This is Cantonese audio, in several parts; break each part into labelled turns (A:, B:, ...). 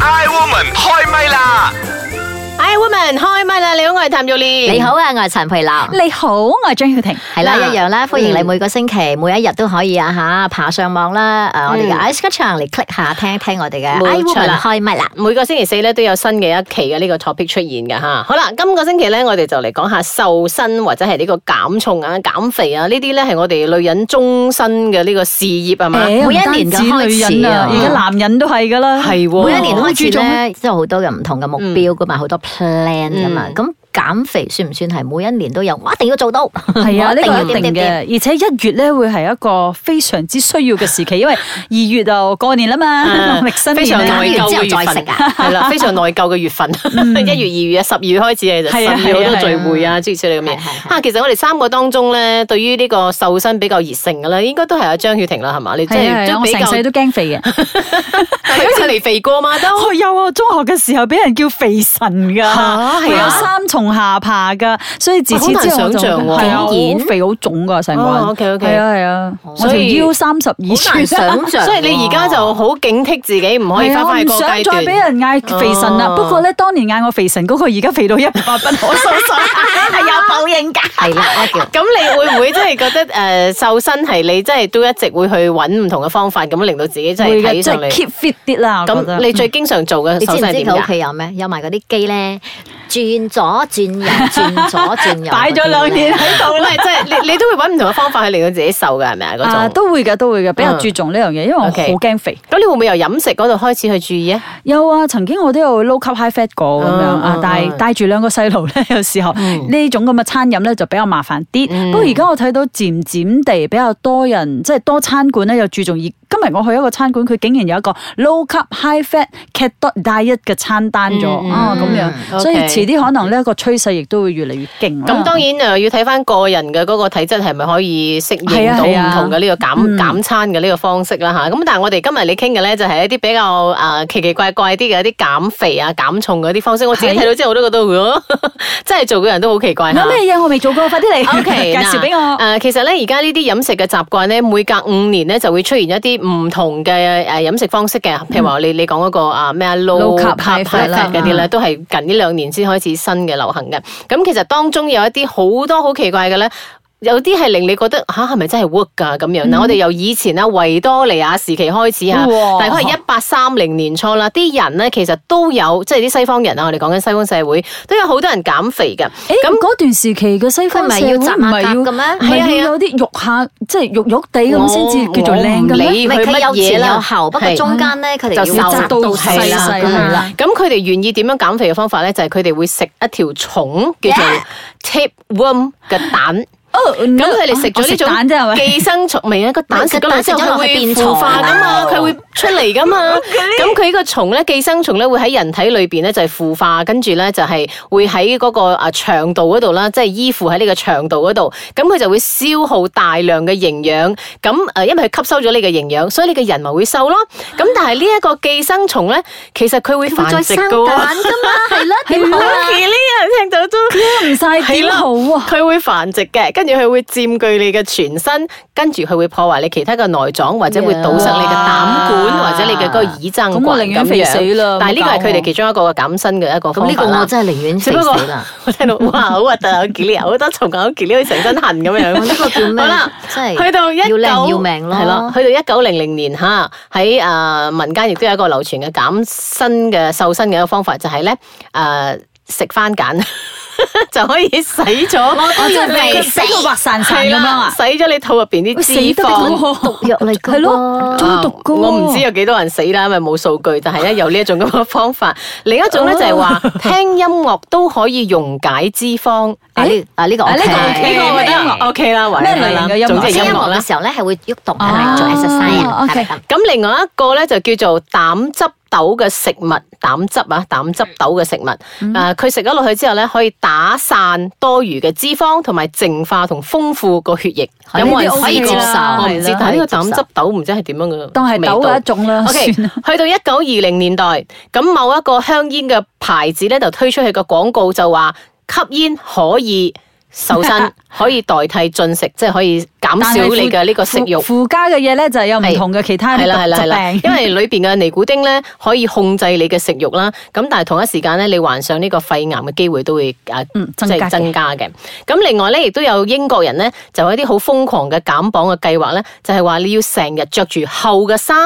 A: I Woman 開唛啦！
B: I Woman 開唛啦！你好，我係譚玉蓮。
C: 你好啊，我係陳培樂。
D: 你好，我係張曉婷。
C: 係啦，
B: 嗯嗱
C: 一樣啦，歡迎你
B: 嗯
C: 每個星期、每一日都可以啊吓，爬上網啦，诶、我哋
B: 嗯
C: 嘅 Ice Kitchen 嚟 click 下，聽一聽我哋嘅
B: 冇
C: I
B: 錯
C: Woman
B: 啦
C: 開唛啦。
B: 每個星期四咧都有新嘅一期嘅呢個 topic 出現嘅吓，好啦，今個星期咧我哋就嚟講下瘦身或者係呢個減重啊、減肥啊呢啲咧係我哋女人終身嘅呢個事業係
D: 啊
B: 嘛？
C: 每一年嘅開始啊
D: 女人啊，而家男人都係噶啦，
B: 係喎
C: 每一年
D: 都
C: 開始咧，都有啊好多嘅唔同嘅目標噶嘛，好多 plan 噶嘛。
B: 嗯
C: 咁減肥算唔算係每一年都有？我一定要做到，
D: 係啊，
C: 我
D: 呢個
C: 要
D: 一
C: 點
D: 定
C: 點點。
D: 嘅，而且一月咧會係一個非常之需要嘅時期，因為二月就過年啦嘛，
B: 啊
D: 農曆新
B: 非
D: 年
B: 常
D: 啦
C: 內
B: 內
C: 疚
B: 疚嘅
C: 嘅月份
B: 月份，
D: 啊
B: 係 啦，非常內疚嘅月份， 一月、二月、十二月開始你就十
D: 嗯係啊
B: 二月好
D: 係
B: 多
D: 啊
B: 聚會啊，諸如此類咁
C: 係
B: 嘢
C: 係。係
B: 啊，其實我哋三個當中咧，對於呢個瘦身比較熱誠嘅咧，應該都係阿張曉婷啦，係嘛？你即
D: 係啊
B: 係
D: 係啊，
B: 都
D: 我
B: 比較
D: 成，世都 驚肥嘅。
B: 但係你好似未肥過嘛都。
D: 我有啊，中學嘅時候俾人叫肥神噶，
B: 嚇
D: 佢
B: 係啊
D: 有三重下巴噶，所以自此之後我
B: 好
D: 就
B: 難想像喎
D: 係啊，
C: 竟然
D: 好肥好腫噶成個人。
B: 哦，OK，OK
D: 係啊係啊，我
B: 所
D: 條
B: 以
D: 腰三十二
C: 好
D: 寸
C: 難。想像 喎。
B: 所以你而家就好警惕自己，唔可以
D: 係
B: 翻
D: 啊，我
B: 返去
D: 唔
B: 嗰個
D: 想
B: 階
D: 再
B: 段。
D: 俾人嗌肥神啦。
B: 哦
D: 不過咧，當年嗌我肥神嗰個，而家肥到一百不可 收拾， 係有報應㗎。
C: 係啦，我叫
B: 咁你會唔會真係覺得誒、呃瘦身係你真係都一直會去揾唔同嘅方法，咁令到自己真係
D: 會
B: 睇
D: 嘅，即
B: 上
D: 係
B: 嚟？
D: keep fit 啲啦。我覺得
B: 咁你最經常做嘅
C: 你知
B: 瘦
C: 唔知
B: 身係點
C: 佢屋
B: 㗎？
C: 企有咩？有埋嗰啲機咧，轉左轉右，轉左轉右嗰啲咧。
D: 擺咗兩年 喺度
B: 唔
D: 啦。
B: 係，即係你你都會揾唔同嘅方法去令到自己瘦㗎，係咪啊？嗰種。
D: 啊，都會嘅，都會嘅，比較注重呢樣嘢，因為我好
B: 嗯 OK
D: 驚肥。
B: 咁你會唔會由飲食嗰度開始去注意啊？
D: 有啊，曾經我都有 low carb high fat 過咁樣
B: 嗯
D: 啊
B: 嗯，
D: 但
B: 嗯
D: 係帶住兩個細路咧， 有時候呢種咁嘅餐飲咧就比較麻煩啲。
B: 嗯
D: 不過而家我睇到漸漸地比較多人，即係多餐館咧又注重以。今日我去一個餐館，佢竟然有一個 low carb high fat keto diet 嘅餐單咗
B: 嗯嗯
D: 啊咁
B: 嗯
D: 樣，所以
B: OK
D: 遲啲可能呢個趨勢亦都會越嚟越勁啦。
B: 咁當然呃誒，要睇翻個人嘅嗰個體質係咪可以適
D: 係
B: 應
D: 啊
B: 到
D: 係
B: 唔
D: 啊
B: 同嘅呢個減
D: 嗯
B: 減餐嘅呢個方式啦吓，咁但係我哋今日你傾嘅咧就係一啲比較誒奇奇怪怪啲嘅一啲減肥啊、減重嗰啲方式。我自己
D: 係
B: 睇到之後我都覺得，呃 真係做嘅人都好奇怪嚇
D: 有咩嘢我未做過，快啲嚟
B: O K，
D: 介紹俾我。
B: 誒，其實咧而家呢啲飲食嘅習慣咧，每隔五年咧就會出現一啲唔同嘅誒飲食方式嘅，譬如話你你講嗰個啊咩啊 low
D: 嗯 Low
B: carb high
D: carb high
B: fat
D: fat 啦嗯
B: 嗰啲咧，都係近呢兩年先開始新嘅流行嘅。咁其實當中有一啲好多好奇怪嘅咧。有啲係令你覺得吓係咪真係 work 㗎咁樣嗱，我哋由以前啊維多利亞時期開始啊，
D: 嗯哇
B: 大概係一八三零年初啦，啲人咧其實都有即係啲西方人啊，我哋講緊西方社會都有好多人減肥嘅。
D: 誒
B: 咁
D: 嗰段時期嘅西
C: 佢
D: 方
C: 唔係
D: 社會
C: 要
D: 唔
C: 紮
D: 係
C: 馬甲
D: 要
C: 嘅咩
D: 唔
B: 係啊
D: 係
B: 係啊
D: 要有啲肉下即係肉肉地咁先
B: 我
D: 至叫做靚
B: 我
D: 嘅
B: 唔
D: 咩？
B: 理
C: 唔係
B: 佢
C: 佢有
B: 乜嘢
C: 前
B: 啦
C: 有後，不過
B: 係
C: 中間咧佢哋
B: 就
C: 要
B: 瘦
C: 紮
B: 到
C: 細
B: 細
C: 細
B: 細
C: 㗎
D: 啦
C: 嘛。
B: 咁佢哋願意點樣減肥嘅方法咧，就係佢哋會食一條蟲叫做 tapeworm 嘅蛋。
D: 哦，咁
B: 咁佢哋食咗呢
D: 蛋啫係
B: 種
D: 咪？
B: 寄生蟲，未啊個蛋食咗落之後，
C: 個蛋食咗
B: 佢
C: 落去
B: 會
C: 變
B: 腐化噶嘛，
C: 蟲
B: 佢會出嚟噶嘛。咁佢呢個蟲咧，寄生蟲咧會喺人體裏邊咧就係腐化，跟住咧就係會喺嗰個啊腸道嗰度啦，即係依附喺呢個腸道嗰度。咁佢就會消耗大量嘅營養。咁誒，因為佢吸收咗你嘅營養，所以你嘅人咪會瘦咯。咁但係呢一個寄生蟲咧，其實佢會繁
C: 會再
B: 殖
C: 生
B: 噶
C: 蛋
B: 喎。
C: 噶嘛，係 啦，點好
B: 好
C: 啊？
B: 奇呢樣聽到都〜
D: 唔晒
B: 係
D: 點
B: 啦
D: 好啊！
B: 佢會繁殖嘅，跟住佢會佔據你嘅全身，跟住佢會破壞你其他嘅內臟，或者會堵塞你嘅膽管，
D: 哇
B: 或者你嘅嗰個耳憎
D: 咁我寧
B: 管
D: 願
B: 咁
D: 肥
B: 樣。
D: 死啦！
B: 但係呢個係佢哋其
D: 嘅
B: 中一個減身嘅一個
C: 咁
B: 方
C: 呢
B: 法
C: 個我
B: 啦。
C: 真係寧願
B: 只
C: 肥
B: 不過
C: 死啦。
B: 我聽到 哇，好核突啊！好吉利好多蟲啊，好吉利，成身痕咁樣。
C: 我呢個叫咩
B: 好啦？
C: 真 係啊
B: 去到一
C: 要
B: 九
C: 靚要命咯
B: 係咯，去到一九零零年嚇，喺誒民間亦都有一個流傳嘅減身嘅瘦身嘅一個方法，就係咧誒食番梘 就可以洗咗
C: 都要
B: 你
C: 肥
D: 死到滑潺潺咁樣啊！
B: 洗咗你肚入邊啲
D: 會
B: 脂
D: 死得
B: 肪。啊
D: 毒
C: 藥嚟㗎
D: 係咯，
C: 喎
D: 中毒噶。
B: 我唔知有幾多人死啦，因為冇數據。但係咧有呢一種咁嘅方 法，另一種咧就係話
D: 哦
B: 聽音樂都可以溶解脂 肪。
C: 啊呢啊呢個
D: 啊
C: OK，
D: 呢個 OK，
B: 呢個我覺得 OK 啦，
D: 咩類型嘅音樂
B: 總之
C: 即
B: 係
C: 係
B: 音
C: 音
B: 樂
C: 樂
B: 啦
C: 嘅。時候咧係會喐動，係咪
D: 啊
C: 做 exercise 啊
D: OK
C: 係咪
B: 咁另外一個咧就叫做膽汁豆嘅食物，膽汁啊，膽汁豆嘅食物，
D: 嗯
B: 誒佢食咗落去之後咧，可以打散多餘嘅脂肪，同埋淨化同豐富個血液。有冇人試
D: 呢啲 OK
B: 過？
D: 啦
B: 我唔知
D: 係啦，
B: 但係呢個
C: 可以接
B: 膽
C: 受
B: 汁豆唔知係點樣嘅，
D: 當係豆啊嘅一種啦。
B: O.K.
D: 算啦
B: 去到一九二零年代，咁某一個香煙嘅牌子咧就推出佢個廣告就話吸煙可以瘦 身可以代替進食，即係可以減少你嘅呢個食欲。
D: 附加嘅嘢咧就有唔同嘅其他嘅
B: 係啦係啦係啦，
D: 疾
B: 因
D: 病。
B: 為裏邊嘅尼古丁咧可以控制你嘅食欲啦，咁但係同一時間咧你患上呢個肺癌嘅機會都會啊，
D: 嗯
B: 即
D: 增加
B: 係
D: 嘅
B: 增加嘅。咁另外咧亦都有英國人咧就有一啲好瘋狂嘅減磅嘅計劃咧，就係話你要成日着住厚嘅衫。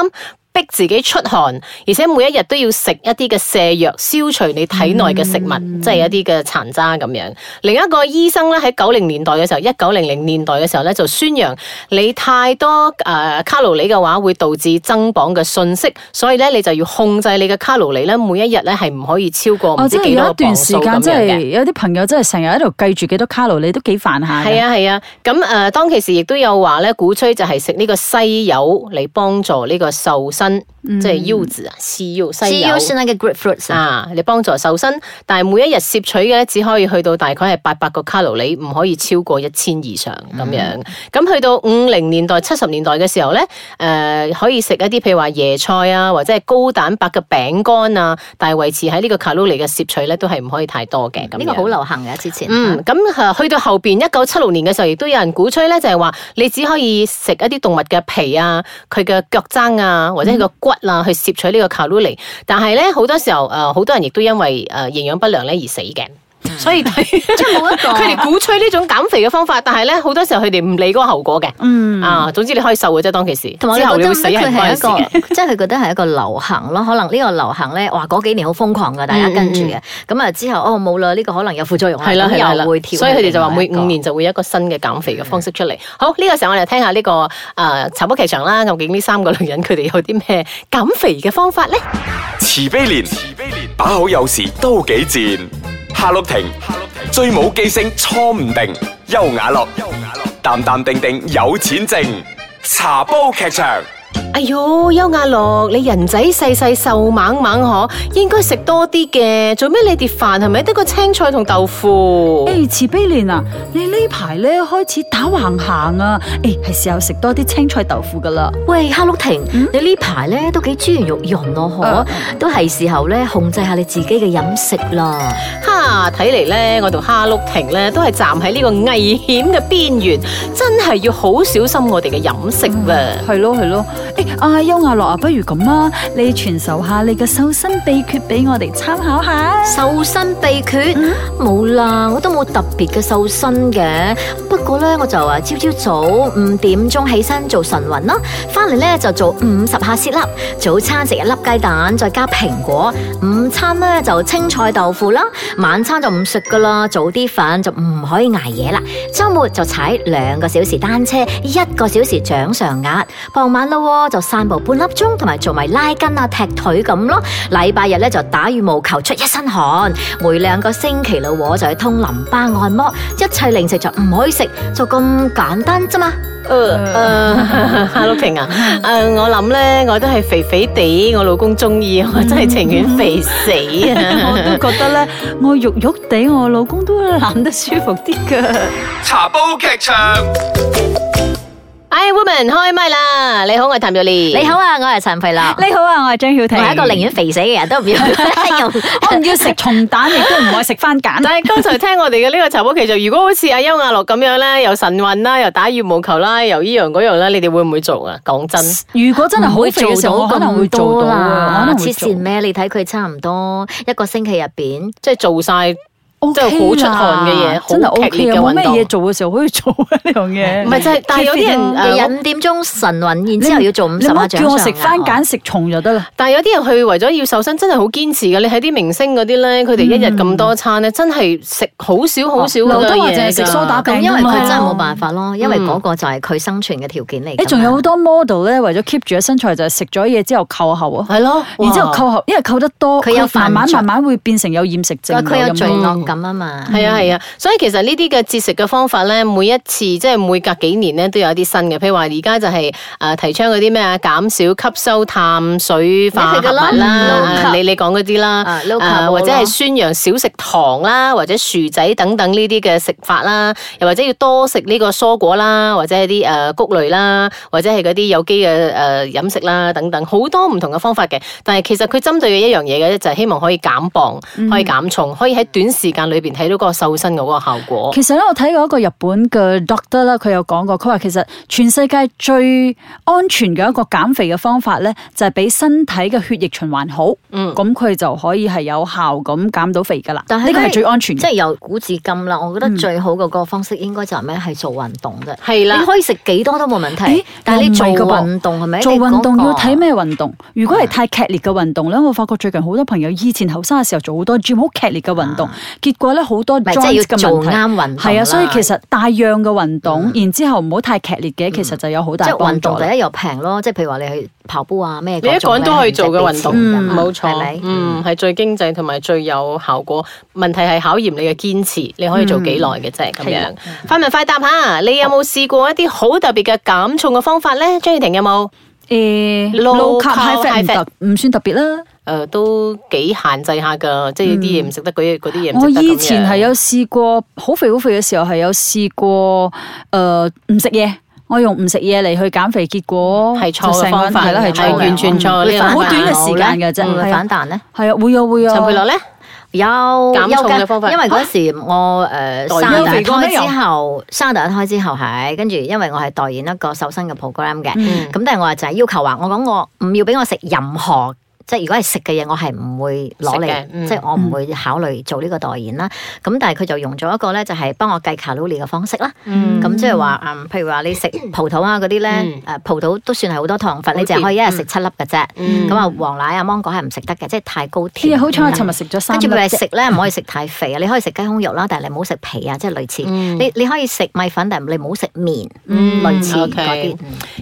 B: 逼自己出汗，而且每一日都要食一啲嘅瀉藥，消除你體內嘅食物，
D: 嗯
B: 即係一啲嘅殘渣咁樣。另一個醫生咧喺九零年代嘅時候，一九零零年代嘅時候咧就宣揚你太多誒、呃卡路里嘅話會導致增磅嘅訊息，所以咧你就要控制你嘅卡路里咧，每一日咧係唔可以超過唔
D: 哦，即
B: 知
D: 係
B: 幾多
D: 有一
B: 個
D: 段
B: 磅
D: 時
B: 數咁
D: 間，即
B: 樣嘅
D: 係。有啲朋友真係成日喺度計住幾多卡路里，都幾煩下嘅。
B: 係 啊係啊，咁誒、呃、當其時亦都有話咧，鼓吹就係食呢個西柚嚟幫助呢個瘦身，即係柚子啊，西柚西柚
C: CEO 嗯是那个 grapefruit 啊，
B: 啊，你幫助瘦身，但係每一日攝取嘅咧，只可以去到大概係八百個卡路里，唔可以超過一千以上
C: 嗯
B: 咁樣。咁、去到五零年代、七十年代嘅時候咧，誒、可以食一啲譬如話椰菜啊，或者係高蛋白嘅餅乾啊，但係維持喺呢個卡路里嘅攝取咧，都係唔可以太多嘅咁樣。
C: 呢個好流行嘅之前。
B: 嗯，咁誒去到後邊一九七六年嘅時候，亦都有人鼓吹咧，就係話你只可以食一啲動物嘅皮啊、佢嘅腳踭啊，或者
C: 嗯
B: 佢個骨啊，去攝取呢個卡路里。但係咧，好多時候誒，呃好、多人亦都因為誒、呃、營養不良咧而死嘅。所以
C: 即
B: 佢
C: 係 冇一個
B: 哋鼓吹呢種減肥嘅方法，但係咧好多時候佢哋唔理嗰個後果嘅。
D: 嗯
B: 啊，總之你可以瘦嘅啫，當其時，
C: 同埋
B: 之後
C: 我
B: 你
C: 覺
B: 會
C: 得
B: 死
C: 佢
B: 係唔關你
C: 係一
B: 事嘅。
C: 個， 即係佢覺得係一個流行咯。可能呢個流行咧，哇嗰幾年好瘋狂㗎，大家跟住嘅。咁啊之後哦冇啦，呢個可能有副作用啦，
B: 嗯係啦係啦
C: 咁
B: 係啦
C: 又會跳。啊
B: 所以佢哋就話每五年。就會有一個嗯新嘅減肥嘅方式出嚟。好，呢、個時候我哋聽下呢、個呃誒茶煲劇場啦，究竟呢三個女人佢哋有啲咩減肥嘅方法咧？
A: 慈悲蓮，慈悲蓮，把口有時都幾賤。夏綠庭，夏綠庭，最冇記性錯唔定。優雅樂，優雅樂，淡淡定定有錢剩。茶煲劇場，
B: 哎喲，優雅樂，你人仔細細瘦猛猛嗬，應該食多啲嘅。做咩你碟飯係咪得個青菜同豆腐？
D: 誒慈悲蓮啊，你呢排咧開始打橫行啊！誒係時候食多啲青菜豆腐噶啦。
C: 喂，哈禄婷，
B: 嗯
C: 你呢排咧都幾豬圓肉潤咯，嗬，都係時候咧控制下你自己嘅飲食啦。
B: 哈，睇嚟咧，我同哈碌婷咧都係站喺呢個危險嘅邊緣，真係要好小心我哋嘅飲食啊喎。
D: 係咯係咯，誒阿優雅樂啊，不如咁啊，你傳授下你嘅瘦身秘訣俾我哋參考下。
C: 瘦身秘訣冇啦，我都冇特別嘅瘦身嘅。不過呢，我就話朝朝早五點鐘起身做晨運啦，翻嚟呢就做五十下 sit up，早餐食一粒雞蛋再加蘋果，午餐呢就青菜豆腐啦，晚餐就唔食噶啦，早啲瞓就唔可以捱夜啦。周末就踩兩個小時單車，一個小時掌上壓。傍晚啦喎就散步半粒鐘，同埋做埋拉筋啊、踢腿咁咯。禮拜日咧就打羽毛球出一身汗，每兩個星期啦喎就去通淋巴按摩。一切零食就唔可以食，就咁簡單啫嘛。
D: 嗯
B: 誒誒，夏綠婷啊，誒我諗咧，我都係肥肥地，我老公中意，我真係情願肥死啊！
D: 我都覺得咧，我肉肉地，我老公都攬得舒服啲噶。
A: 茶煲劇場。
B: 哎，woman 開麥啦！你好，我係譚玉蓮。
C: 你好，啊，我係陳肥樂，
D: 你好啊啊，我係張曉
C: 我
D: 婷，
C: 係一個 寧願肥死嘅人都唔要用。
D: 我唔要食蟲蛋，亦都唔愛食番梘。
B: 但係剛才聽我哋嘅呢個茶煲劇就，如果好似阿邱亞樂咁樣咧，又晨運啦，又打羽毛球啦，又依樣嗰樣咧，你哋會唔會做啊？講真，
D: 如果真係好
C: 會
D: 肥嘅時候，我可能會做
C: 多
D: 到啊，我可
C: 啦，
D: 能會
C: 黐
D: 做
C: 線咩？你睇佢差唔多一個星期入邊。
B: 即係做晒。
D: OK 啦
B: 真係好出汗嘅嘢
D: 哦啊真係
B: 好
D: O
B: 劇
D: K
B: 烈嘅
D: 啊！冇
B: 運
D: 咩
B: 動
D: 嘢做嘅時候可以做啊呢樣嘢。
B: 唔係，就係，但係有啲人
C: 日
B: 誒
C: 日五點鐘晨運，然之後要做五
D: 啊你
C: 十啊
D: 唔好
C: 下掌
D: 叫我食
C: 上壓
D: 番梘食蟲就得啦。
B: 但係有啊啲人去為咗要瘦身，真係好堅持嘅。你睇啲明星嗰啲咧，佢哋一日咁多餐咧，真係食好少好少
D: 劉
B: 好多
D: 德華
B: 嘢
D: 淨係食啊梳打
B: 㗎。
D: 餅
C: 咁因為
D: 㗎嘛
C: 佢真係冇辦法咯，因為
B: 嗯
C: 嗰個就係佢生存嘅條件嚟㗎嘛。
D: 誒，仲有好多 model 咧，為咗 keep 住嘅身材，就係食咗嘢之後扣喉啊。
B: 係咯，
D: 然之後
B: 哇
D: 扣喉，因為扣得多，
C: 佢有
D: 慢
C: 犯
D: 慢
C: 罪
D: 慢慢會變成有厭食症㗎。
C: 佢有罪
D: 冇
C: 惡感啊嘛。
B: 係啊係啊，所以其實呢啲嘅節食嘅方法咧，每一次即係每隔幾年咧都有一啲新嘅，譬如話而家就係、呃提倡嗰啲咩啊，減少吸收碳水化合
C: 你食嘅啦
B: 物啦，
C: low carb
B: 你你講嗰啲啦
C: 啊，low carb，
B: 呃
C: low
B: 或者
C: carb
B: 係宣揚少食糖啦，或者薯仔等等呢啲嘅食法啦，又或者要多食呢個蔬果啦，或者係啲誒谷類啦，或者係嗰啲有機嘅誒飲食啦等等，好多唔同嘅
D: 嗯
B: 方法嘅。但係其實佢針對嘅一樣嘢嘅咧，就係希望可以減磅，可以減重，可以喺短時間間裏邊睇到嗰個瘦身嘅嗰個效果。
D: 其實咧，我睇過一個日本嘅 doctor 啦，佢有講過，佢話其實全世界最安全嘅一個減肥嘅方法咧，就係、俾身體嘅血液循環好，
B: 嗯
D: 咁佢、就可以係有效咁減到肥噶啦。
C: 但係
D: 呢個
C: 咧
D: 係最安全
C: 即係
D: 嘅。嗯
C: 由古至今啦，我覺得最好嘅嗰個方式應該就係咩？係做運動啫。
B: 係啦
C: 你可以食幾多都冇問題
D: 咦，
C: 但係你做
D: 又唔係㗎喎
C: 運動係咪？
D: 做
C: 你講
D: 運動
C: 過啊
D: 要睇？咩運動？如果係太劇烈嘅運動咧，我發覺最近好多朋友以前後生嘅時候做好多 gym 好劇烈嘅運動，結果咧好多
C: 唔啊係即係
D: joint 嘅
C: 要做
D: 問題。
C: 啱運動。
D: 係啊，所以其。實大量嘅運動，然之後唔好太劇烈嘅，其實就有好
C: 嗯即
D: 大
C: 係
D: 幫
C: 運
D: 助
C: 動
D: 啦。
C: 第一又平咯，即係譬如話你去跑步啊咩，
B: 你一個人都可以做嘅運動，
D: 嗯
B: 冇
C: 係
B: 錯
C: 咪，？
B: 嗯，係最經濟同埋最有效果。問題係考驗你嘅堅持，你可以做幾耐嘅啫咁
D: 係
B: 樣。快問快答下，你有冇試過一啲好特別嘅減重嘅方法咧？張雨婷有冇？
D: 誒
B: Low
D: low carb
B: carb,
D: high
B: high fat
D: fat 唔特唔算特別啦。
B: 诶、都幾限制下㗎，即係啲嘢唔食得，嗰啲嗰啲嘢唔
D: 我
B: 食得咁樣
D: 以前係有試過好肥好肥嘅時候係有試過誒唔食嘢，我用唔食嘢嚟去減肥，結果
B: 嗯係錯嘅
D: 就成個
B: 方
D: 人
B: 法
D: 係啦，係錯
B: 係
D: 嘅
B: 完全錯
D: 嗯
B: 呢個
D: 好短
B: 方法
D: 嘅時間嘅啫，
C: 會唔會
D: 係啊
C: 反彈咧？
D: 係啊，會啊會啊。
B: 陳佩樂咧，
C: 有
B: 減重嘅
C: 有㗎
B: 方法
C: 因為嗰時我呃誒
B: 代言
C: 生第
D: 肥
C: 一
D: 過
C: 胎
D: 咩又
C: 之後，生第一胎之後係跟住，因為我係代言一個瘦身嘅 program 嘅，
B: 嗯
C: 咁但係我就係要求話，我講我唔要俾我食任何。即係如果係食嘅嘢，我係唔會攞
B: 食嘅嗯
C: 嚟，即係我唔會考慮做呢個代言啦。咁但係佢就用咗一個咧，就係幫我計 calorie 嘅方式啦。
B: 嗯
C: 咁即係話，嗯，譬如話你食葡萄啊嗰啲咧
B: 嗯，
C: 誒葡萄都算係好多糖分，
B: 好
C: 你淨係可以一日
B: 甜
C: 食七粒嘅啫。
B: 嗯
C: 咁啊，黃奶啊、芒果係唔食得嘅，即係太高
D: 啲嘢
C: 甜。
D: 哎好彩我尋日食咗三
C: 跟
D: 粒
C: 住咪
D: 啫。
C: 食咧，唔可以食太肥啊！你可以食雞胸肉啦，但係你唔好食皮啊，即係類似。
B: 嗯
C: 你你可以食米粉，但係你唔好食麵，
B: 嗯
C: 類似嗰
B: OK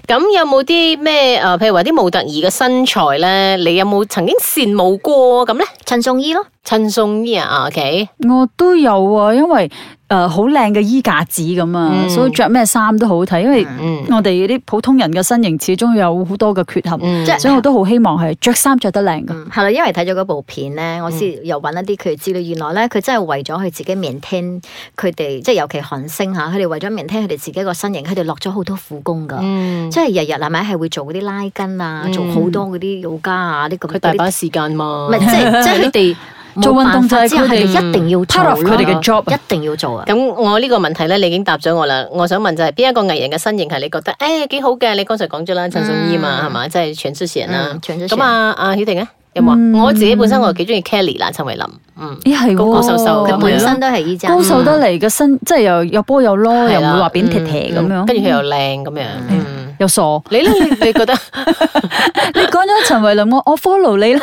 C: 啲。
B: 咁有冇啲咩诶，誒譬如話啲模特兒嘅身材咧，你有冇曾經羨慕過咁咧？
C: 陳宋依咯，
B: 襯送啲啊，OK，
D: 我都有啊，因為誒好靚嘅衣架子咁啊，
B: 嗯
D: 所以着咩衫都好睇，因為
B: 嗯
D: 我哋啲普通人嘅身形始終有好多嘅缺陷。
B: 嗯
C: 即係
D: 所以我都好希望係着衫着得靚噶。
C: 嗯，係啦，因為睇咗嗰部片咧，我
D: 嗯
C: 先又揾一啲佢嘅資料，原來咧佢真係為咗佢自己 maintain 佢哋，即係尤其韓星嚇，佢哋為咗 maintain 佢哋自己個身形，佢哋落咗好多苦功㗎。
B: 嗯，
C: 即係日日係咪係會做嗰啲拉筋啊，
B: 嗯
C: 做好多嗰啲瑜伽啊，啲咁
B: 佢大
C: 嗰啲
B: 把時間嘛，
C: 唔係即 係即係佢哋冇
D: 哦做運動就係
C: 辦法之後
D: 佢哋
C: 佢哋一定要做
D: part of 佢哋嘅
C: 咯
D: job
C: 一定要做啊！
B: 咁我呢個問題咧，你已經答咗我啦。我想問就係邊一個藝人嘅身形係你覺得誒幾好嘅？你剛才講咗啦，陳宋依嘛係嘛，即係全主持人啦
C: 嗯。全職
B: 咁啊，阿曉婷咧有冇
D: 嗯
B: 啊？我自己本身我幾中意 Kelly 啦，陳慧琳，嗯，
D: 咦係喎，
B: 高高瘦瘦
C: 佢
B: 咁
C: 本
B: 樣
C: 身都係依隻嗯
D: 高瘦 得嚟嘅身，即係又有波有攞，哦
B: 係
D: 又唔
B: 啦
D: 會話扁鐵鐵咁
B: 嗯
D: 樣，
B: 跟住佢又靚咁樣，嗯。
D: 又傻。
B: 你咧，你你覺得
D: 你講咗陳慧琳，我我 follow 你啦。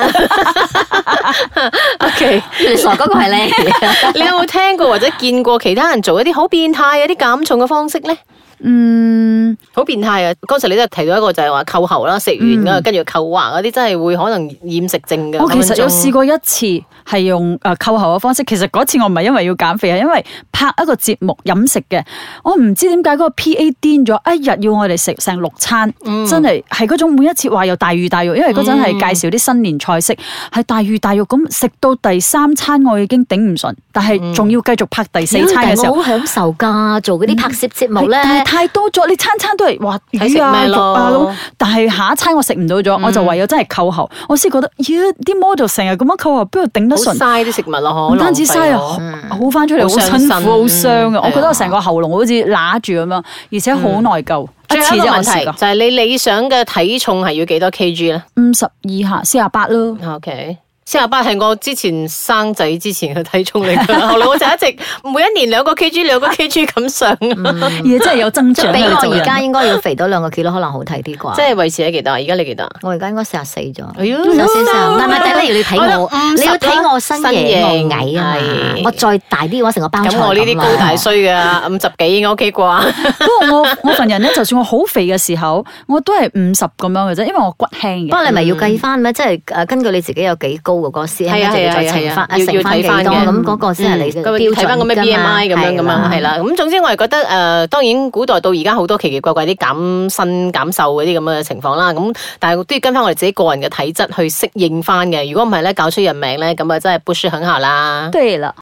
B: ？O K，
C: 原來傻嗰個係你。
B: 你有冇聽過或者見過其他人做一啲好變態、一啲減重嘅方式咧？
D: 嗯，
B: 好變態啊！剛才你都提到一個就係話扣喉啦，食完嗰跟住扣環嗰啲，真係會可能厭食 症嘅。
D: 嗯我其實有試
B: 過。
D: 過一次係用誒扣喉嘅方式，其實嗰次我唔係因為要減肥，係因為拍一個節目飲食嘅。我唔知點解嗰個 P.A. 癲咗，一日要我哋食成六餐，
B: 嗯
D: 真係係嗰種每一次話又大魚大肉，因為嗰陣係介紹啲新年菜式，係大魚大肉咁食到第三餐我已經頂唔順，但
B: 嗯
D: 係仲要繼續拍第四餐嘅時候
C: 我。好享受㗎，做嗰啲拍攝節目咧，
D: 但係太多咗，你餐餐都係哇
B: 睇食
D: 魚啊
B: 咩咯
D: 肉啊咁，但係下一餐我食唔到咗，我就唯有真係扣喉。
B: 嗯
D: 我先覺得，咦，啲 model 成日咁樣扣喉，邊度頂得
B: 好
D: 順？
B: 嘥啲食物咯，可
D: 唔單止嘥啊，
B: 啊，
D: 好好翻出嚟
B: 好
D: 好
B: 傷
D: 辛苦，
B: 身
D: 好傷
B: 嗯
D: 啊！我覺
B: 係
D: 得
B: 啊
D: 我成個喉嚨好似揦住咁樣，而且好內疚。一
B: 嗯最
D: 次
B: 後一個
D: 啫，我
B: 問題
D: 試
B: 就
D: 過
B: 係你理想嘅體重係要幾多 kg 咧
D: 五十二下四廿八咯。
B: ？OK。四廿八係我之前生仔之前嘅體重嚟㗎， 後來我就一直每一年兩個 kg 兩個 kg 咁 上，
D: 而且真係有增
C: 即
D: 長
C: 係比
D: 啊！你做
C: 我而
D: 人
C: 家應該要肥多兩個 kilo，可能好睇啲啩。
B: 即係維持喺幾多啊？而家你幾多啊？
C: 我而家應該四十四咗，
B: 哎呀
C: 四十四四唔係唔係，但係你要睇
B: 我覺得
C: 我，
B: 五十
C: 你要睇我
B: 啦
C: 身
B: 身
C: 形，
B: 形
C: 我矮啊嘛
B: 係，
C: 我再大啲嘅話，成個包菜
B: 咁我呢啲
C: 咁啦啊
B: 高大衰嘅五十幾應該 OK 啩？
D: 不過我我份人咧，就算我好肥嘅時候，我都係五十咁樣嘅啫，因為我骨輕
C: 不
D: 嘅。
C: 過你咪要計翻咩？即係誒，根據你自己有幾高嗰個 C
B: 嗯
C: M，
B: 係啊
C: 跟住
B: 係啊
C: 再
B: 係
C: 乘
B: 啊
C: 翻
B: 要
C: 誒乘翻
B: 要睇
C: 幾
B: 返
C: 多，
B: 嘅
C: 咁嗰個先係你嘅
B: 佢會
C: 標
B: 嗯
C: 準
B: 啊睇翻個咩
C: 㗎
B: BMI 咁樣噶嘛，係
C: 係啦啊
B: 啦。咁總之我係覺得誒、呃，當然古代到而家好多奇奇怪怪啲減身減瘦嗰啲咁嘅情況啦。咁但係都要跟翻我哋自己個人嘅體質去適應翻嘅。如果唔係咧，搞出人命咧，咁啊真係 push 肯下啦。
D: 對啦。